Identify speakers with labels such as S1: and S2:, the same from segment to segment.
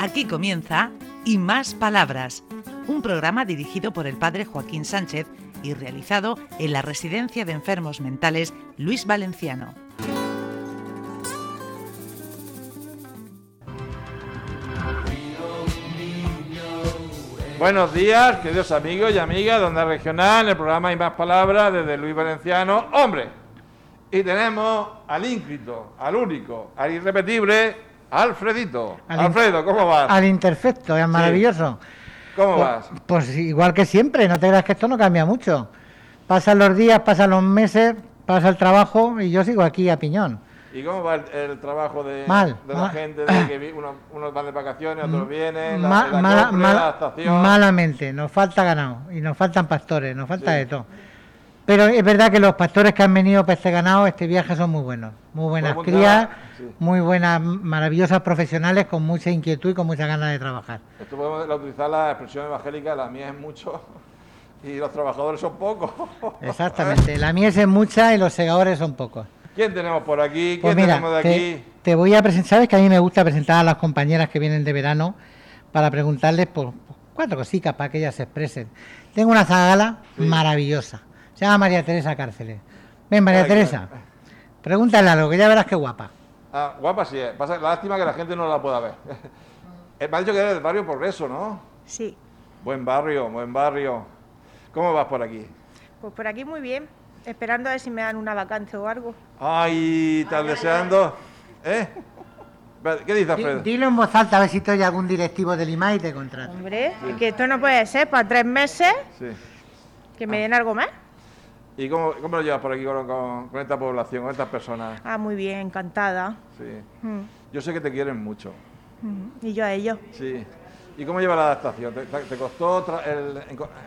S1: Aquí comienza Y Más Palabras, un programa dirigido por el padre Joaquín Sánchez y realizado en la Residencia de Enfermos Mentales Luis Valenciano.
S2: Buenos días, queridos amigos y amigas de Onda Regional, el programa Hay Más Palabras desde Luis Valenciano, hombre. Y tenemos al ínclito, al único, al irrepetible, Alfredito.
S3: Al in-
S2: Alfredo, ¿cómo vas?
S3: Al imperfecto, es maravilloso.
S2: ¿Cómo
S3: Pues-
S2: vas?
S3: Pues, igual que siempre, no te creas que esto no cambia mucho. Pasan los días, pasan los meses, pasa el trabajo y yo sigo aquí a piñón.
S2: ¿Y cómo va el, el trabajo de,
S3: Mal,
S2: de la
S3: mal. Mm,
S2: gente? de que vi- unos, unos van de vacaciones, otros vienen, la,
S3: Ma-
S2: la
S3: mala-
S2: compra,
S3: mala-
S2: la estación.
S3: malamente, nos falta ganado y nos faltan pastores, nos falta
S2: Sí.
S3: de todo. Pero es verdad que los pastores que han venido para este ganado, este viaje son muy buenos. Muy buenas
S2: Buen
S3: crías,
S2: trabajo, Pues sí.
S3: muy buenas, maravillosas profesionales con mucha inquietud y con muchas ganas de trabajar.
S2: Esto podemos utilizar la expresión evangélica, la mía es mucho y los trabajadores son pocos. Pues,
S3: Exactamente, la mies es mucha y los segadores son pocos.
S2: ¿Quién tenemos por aquí? ¿Quién
S3: Pues mira,
S2: tenemos de
S3: te,
S2: aquí?
S3: te voy a presentar, sabes que a mí me gusta presentar a las compañeras que vienen de verano para preguntarles por, por cuatro cositas para que ellas se expresen. Tengo una zagala
S2: Sí.
S3: maravillosa, se llama María Teresa Cárceles. Ven, María
S2: Ay,
S3: Teresa,
S2: claro.
S3: pregúntale algo, que ya verás qué guapa.
S2: Ah, guapa sí es. Pasa, lástima que la gente no la pueda ver. Eh, Me ha dicho que eres del barrio Progreso, ¿no?
S4: Sí,
S2: Buen barrio, buen barrio. ¿Cómo vas por aquí?
S4: pues por aquí muy bien, esperando a ver si me dan una vacante o algo.
S2: Ay, estás deseando. ¿Eh? Espérate, ¿Qué dice
S3: Di-
S2: Alfredo?
S3: Dilo en voz alta a ver si te oye algún directivo del IMAI y te contrata.
S4: Hombre, es que esto no puede ser, para tres meses
S2: Sí.
S4: que
S2: Ah.
S4: me den algo más.
S2: ¿Y cómo, cómo lo llevas por aquí con, con- con esta población, con estas personas?
S4: Ah, muy bien, encantada.
S2: Sí.
S4: Mm,
S2: Yo sé que te quieren mucho.
S4: mm, Y yo a ellos.
S2: Sí. ¿Y cómo lleva la adaptación? ¿Te, te costó tra- el,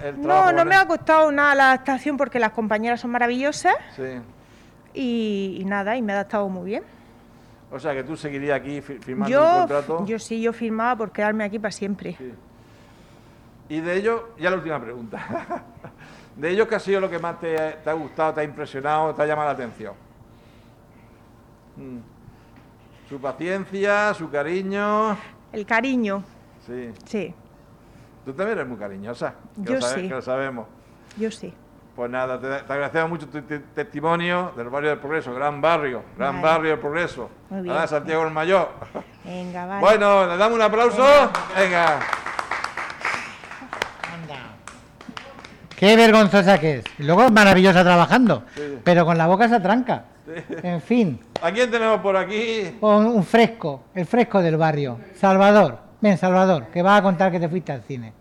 S2: el trabajo?
S4: No, no
S2: con
S4: me ha
S2: él?
S4: costado nada la adaptación porque las compañeras son maravillosas
S2: Sí.
S4: y, y nada, y me he adaptado muy bien.
S2: O sea, que tú seguirías aquí fir- firmando un
S4: Yo,
S2: contrato.
S4: yo sí, yo firmaba por quedarme aquí para siempre.
S2: Sí. Y de ello, ya la última pregunta. de ellos, ¿qué ha sido lo que más te, te ha gustado, te ha impresionado, te ha llamado la atención? Mm. Su paciencia, su cariño.
S4: El cariño,
S2: Sí.
S4: sí,
S2: Tú también eres muy cariñosa. que
S4: Yo
S2: lo sabe-
S4: sí.
S2: Que lo sabemos.
S4: yo sí.
S2: Pues nada, te, te agradecemos mucho tu te- testimonio del barrio del Progreso, gran barrio, gran
S4: Vale.
S2: barrio del Progreso.
S4: Muy bien.
S2: Ahora Santiago el Mayor.
S4: Venga, vale.
S2: Bueno, le damos un aplauso. Venga.
S3: Qué vergonzosa que es. Y luego es maravillosa trabajando,
S2: Sí.
S3: pero con la boca se atranca. En fin.
S2: ¿A quién tenemos por aquí?
S3: Pon un fresco, el fresco del barrio. Salvador, ven Salvador, que vas a contar que te fuiste al cine.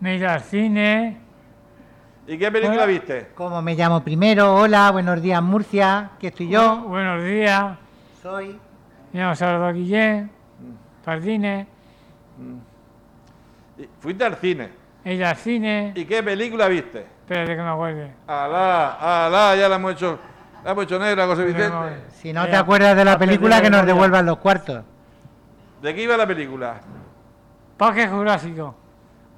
S5: Me he ido al cine,
S2: ¿Y qué película
S5: Hola.
S2: viste?
S3: ¿Cómo me llamo primero? Hola, buenos días Murcia, que estoy
S5: Bu-
S3: yo.
S5: buenos días,
S3: Soy.
S5: me llamo Salvador Guillén, Pardines,
S2: Y- Fuiste al cine.
S5: he ido al cine,
S2: ¿Y qué película viste?
S5: espérate que me acuerde.
S2: Alá, alá, ya la hemos hecho, la hemos hecho negra, José
S5: Espérate que me acuerde.
S2: Vicente.
S3: Si no
S5: Eh,
S3: te acuerdas de la
S5: ha perdido
S3: película, que nos
S5: memoria.
S3: devuelvan los cuartos.
S2: ¿De qué iba la película?
S5: Parque Jurásico,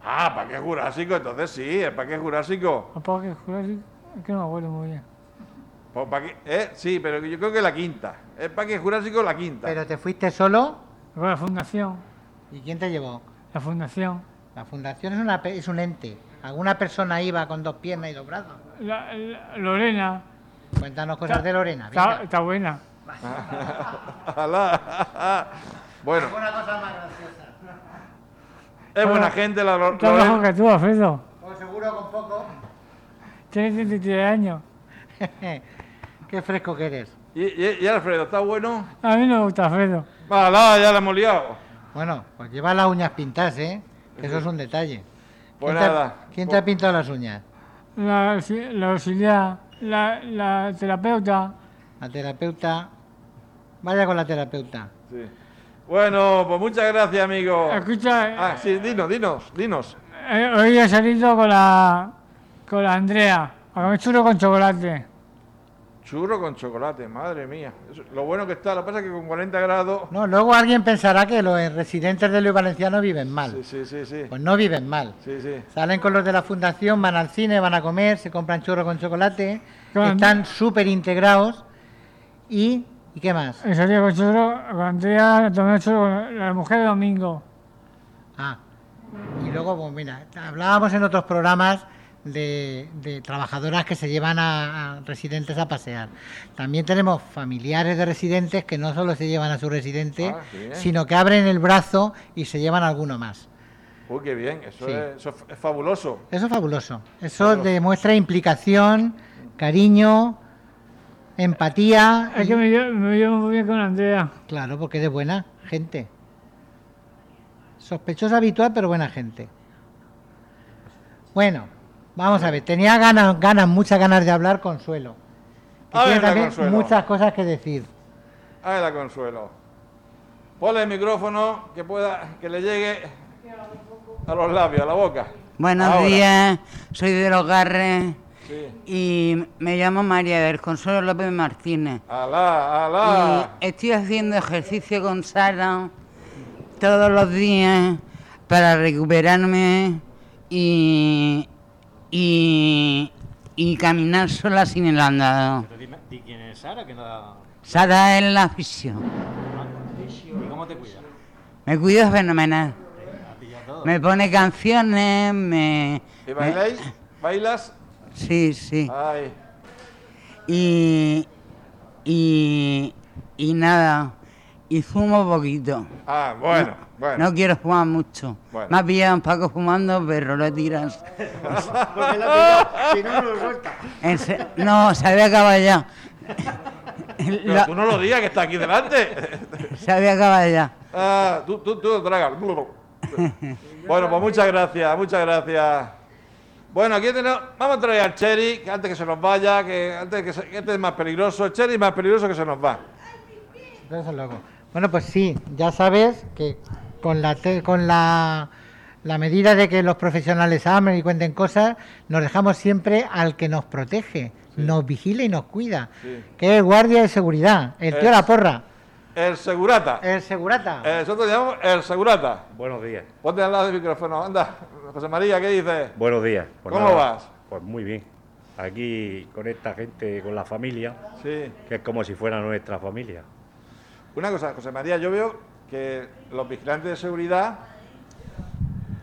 S2: Ah, Parque Jurásico, entonces sí, el Parque Jurásico.
S5: ¿O Parque Jurásico, es que no me acuerdo muy bien.
S2: Pues Parque- eh, sí, pero yo creo que la quinta. El Parque Jurásico, la quinta.
S3: Pero te fuiste solo.
S5: Luego la Fundación,
S3: ¿Y quién te llevó?
S5: la Fundación,
S3: La fundación es, una, pe- es un ente. ¿Alguna persona iba con dos piernas y dos brazos?
S5: la- la- Lorena,
S3: Cuéntanos cosas de Lorena.
S5: está,
S3: venga.
S5: está buena.
S2: Alá. bueno. Es buena gente la Lor-
S5: Está mejor
S2: Lorena.
S5: que tú, Alfredo,
S3: Pues seguro con poco.
S5: tienes 33 años.
S3: Qué fresco que eres.
S2: ¿Y, y- y Alfredo, ¿está bueno?
S5: A mí no me gusta Alfredo,
S2: Alá, ya la hemos liado.
S3: Bueno, pues lleva las uñas pintadas, ¿eh? Que eso es un detalle.
S2: Pues
S3: ¿Quién te ha-
S2: nada.
S3: ¿Quién te
S2: Pues-
S3: ha pintado las uñas?
S5: la, auxi- la auxiliar, la, la terapeuta,
S3: La terapeuta. Vaya con la terapeuta.
S2: Sí. Bueno, pues muchas gracias, amigo.
S5: escucha,
S2: Ah, sí, dinos, dinos, dinos.
S5: Eh, Hoy he salido con la, con la Andrea a comer churro con chocolate.
S2: Churro con chocolate, madre mía. Eso- lo bueno que está, lo que pasa es que con 40 grados.
S3: No, luego alguien pensará que los residentes de Luis Valenciano viven mal.
S2: Sí, sí, sí, sí.
S3: Pues no viven mal.
S2: Sí, sí.
S3: Salen con los de la fundación, van al cine, van a comer, se compran churros con chocolate,
S5: Claro.
S3: están súper integrados y ¿Y qué más?
S5: El día con churro, con Andrea, tomé churro con la mujer de domingo.
S3: Ah, y luego, pues mira, hablábamos en otros programas de, de trabajadoras que se llevan a, a residentes a pasear. También tenemos familiares de residentes que no solo se llevan a su residente,
S2: Ah, qué bien.
S3: sino que abren el brazo y se llevan a alguno más.
S2: Uy, qué bien, eso,
S3: Sí.
S2: es, eso es fabuloso.
S3: Eso es fabuloso. Eso
S2: Fabuloso.
S3: demuestra implicación, cariño, empatía.
S5: Es
S3: y-
S5: que me, lle- me llevo muy bien con Andrea.
S3: Claro, porque es de buena gente. Sospechosa habitual, pero buena gente. Bueno, vamos a ver. Tenía ganas, ganas, muchas ganas de hablar Consuelo. Que
S2: A
S3: tiene
S2: ver, la
S3: también
S2: Consuelo.
S3: muchas cosas que decir.
S2: Ahí la consuelo. Ponle el micrófono que pueda, que le llegue a los labios, a la boca.
S6: Buenos
S2: Ahora.
S6: días, soy de Los Garres
S2: Sí.
S6: y me llamo María del Consuelo López Martínez.
S2: Alá,
S7: Ah.
S2: alá.
S6: Y estoy haciendo ejercicio con Sara todos los días para recuperarme y, y, y caminar sola sin el andador.
S7: Pero dime, di quién es Sara, que nada.
S6: Sara es la afición.
S7: ¿Y cómo te cuida?
S6: Me cuido fenomenal.
S7: Ha pillado todo.
S6: Me pone canciones, me...
S2: ¿Y
S6: me-
S2: bailáis? ¿Bailas?
S6: sí, eh, sí.
S2: Ay.
S6: y, y, y nada, y fumo poquito.
S2: Ah, bueno, bueno.
S6: No quiero fumar mucho.
S2: Bueno.
S6: Me ha pillado un Paco fumando, pero lo tiras.
S7: Porque la ha pillado, si no, no lo suelta.
S6: No, se había acabado ya.
S2: Pero
S6: Lo-
S2: tú no lo digas que está aquí delante.
S6: se había acabado ya.
S2: Ah, tú, tú, tú traga. Bueno, pues muchas gracias, muchas gracias. Bueno, aquí tenemos, vamos a traer al Cherry, que antes que se nos vaya, que antes que, se- que este es más peligroso. El Cherry es más peligroso que se nos va.
S3: Entonces, luego. Bueno, pues sí, ya sabes que con la te- con la, la medida de que los profesionales amen y cuenten cosas, nos dejamos siempre al que nos protege, nos vigila y nos cuida,
S2: Sí.
S3: que es el guardia de seguridad, el tío
S2: Es-
S3: la porra,
S2: El segurata.
S3: el segurata.
S2: Eh, Nosotros le llamamos el segurata.
S8: Buenos días.
S2: Ponte al lado del micrófono, anda. José María, ¿qué dices?
S8: Buenos días. Pues
S2: ¿Cómo vas?
S8: Pues muy bien. Aquí con esta gente, con la familia,
S2: Sí.
S8: que es como si fuera nuestra familia.
S2: Una cosa, José María, yo veo que los vigilantes de seguridad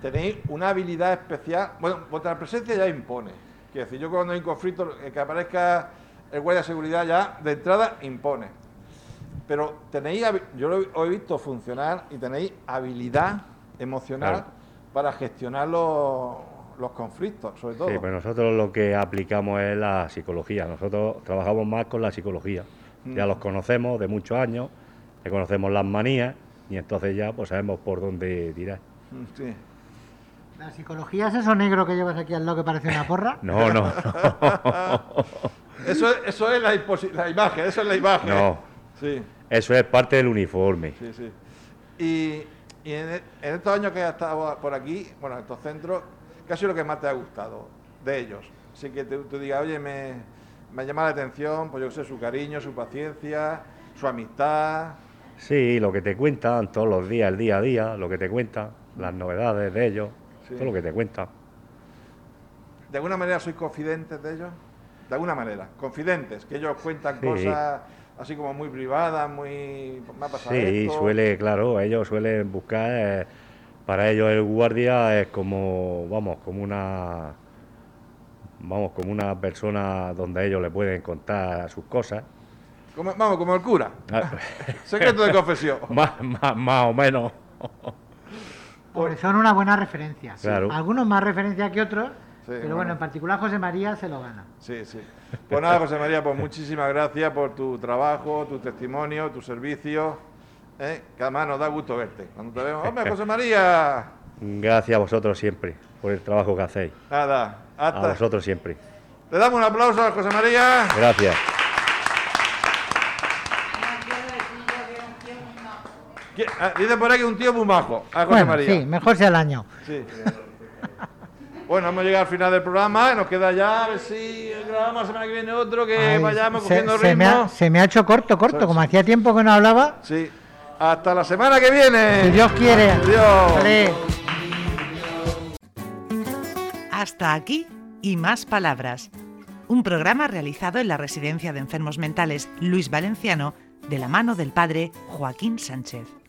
S2: tenéis una habilidad especial. Bueno, vuestra presencia ya impone. Quiero decir, yo cuando hay un conflicto, el que aparezca el guardia de seguridad ya de entrada impone. Pero tenéis, habi- yo lo he- os he visto funcionar y tenéis habilidad emocional
S8: Claro.
S2: para gestionar los, los conflictos, sobre todo.
S8: Sí, pero pues nosotros lo que aplicamos es la psicología. Nosotros trabajamos más con la psicología. Ya
S2: Mm.
S8: los conocemos de muchos años, le conocemos las manías y entonces ya pues sabemos por dónde tirar.
S2: Mm, sí.
S3: ¿La psicología es eso negro que llevas aquí al lado que parece una porra?
S8: No, no, no.
S2: Eso, es- eso es la, imposi- la imagen, eso es la imagen.
S8: No.
S2: Sí.
S8: Eso es parte del uniforme.
S2: Sí, sí. Y, y en, e- en estos años que has estado por aquí, bueno, en estos centros, ¿qué ha sido lo que más te ha gustado de ellos? Así que tú, tú digas, oye, me, me llama la atención, pues yo qué sé, su cariño, su paciencia, su amistad.
S8: Sí, lo que te cuentan todos los días, el día a día, lo que te cuentan, las novedades de ellos,
S2: Sí.
S8: todo lo que te cuentan.
S2: ¿De alguna manera sois confidentes de ellos? De alguna manera, confidentes, que ellos cuentan
S8: Sí.
S2: cosas así como muy privadas, muy... Me ha pasado
S8: Sí,
S2: esto.
S8: suele, claro, ellos suelen buscar, eh, para ellos el guardia es como, vamos, como una, vamos, como una persona donde ellos le pueden contar sus cosas,
S2: Como- vamos, como el cura.
S8: Ah,
S2: Secreto de confesión.
S8: más, más, más o menos.
S3: Porque son una buena referencia.
S8: Claro.
S3: Algunos más referencia que otros, pero bueno.
S2: bueno.
S3: en particular José María se lo gana.
S2: Sí, sí. Pues nada, José María, pues muchísimas gracias por tu trabajo, tu testimonio, tu servicio. ¿eh? Que además nos da gusto verte. Cuando te vemos, ¡hombre, José María!
S8: Gracias a vosotros siempre por el trabajo que hacéis,
S2: Nada,
S8: a
S2: hasta.
S8: vosotros siempre.
S2: Le damos un aplauso a José María.
S8: Gracias.
S2: ¿Qui- ah, Dice por ahí que un tío muy majo. A José
S3: bueno,
S2: María.
S3: sí, mejor sea el año.
S2: Sí. Bueno, hemos llegado al final del programa. Nos queda ya, a ver si grabamos la semana que viene otro, que
S3: Ay,
S2: Eh, vayamos
S3: se-
S2: cogiendo
S3: se
S2: ritmo.
S3: me ha- se me ha hecho corto, corto, como hacía tiempo que no hablaba.
S2: Sí. Hasta la semana que viene.
S3: Si Dios quiere.
S2: Adiós.
S3: Vale.
S1: Hasta aquí y más palabras. Un programa realizado en la Residencia de Enfermos Mentales Luis Valenciano de la mano del padre Joaquín Sánchez.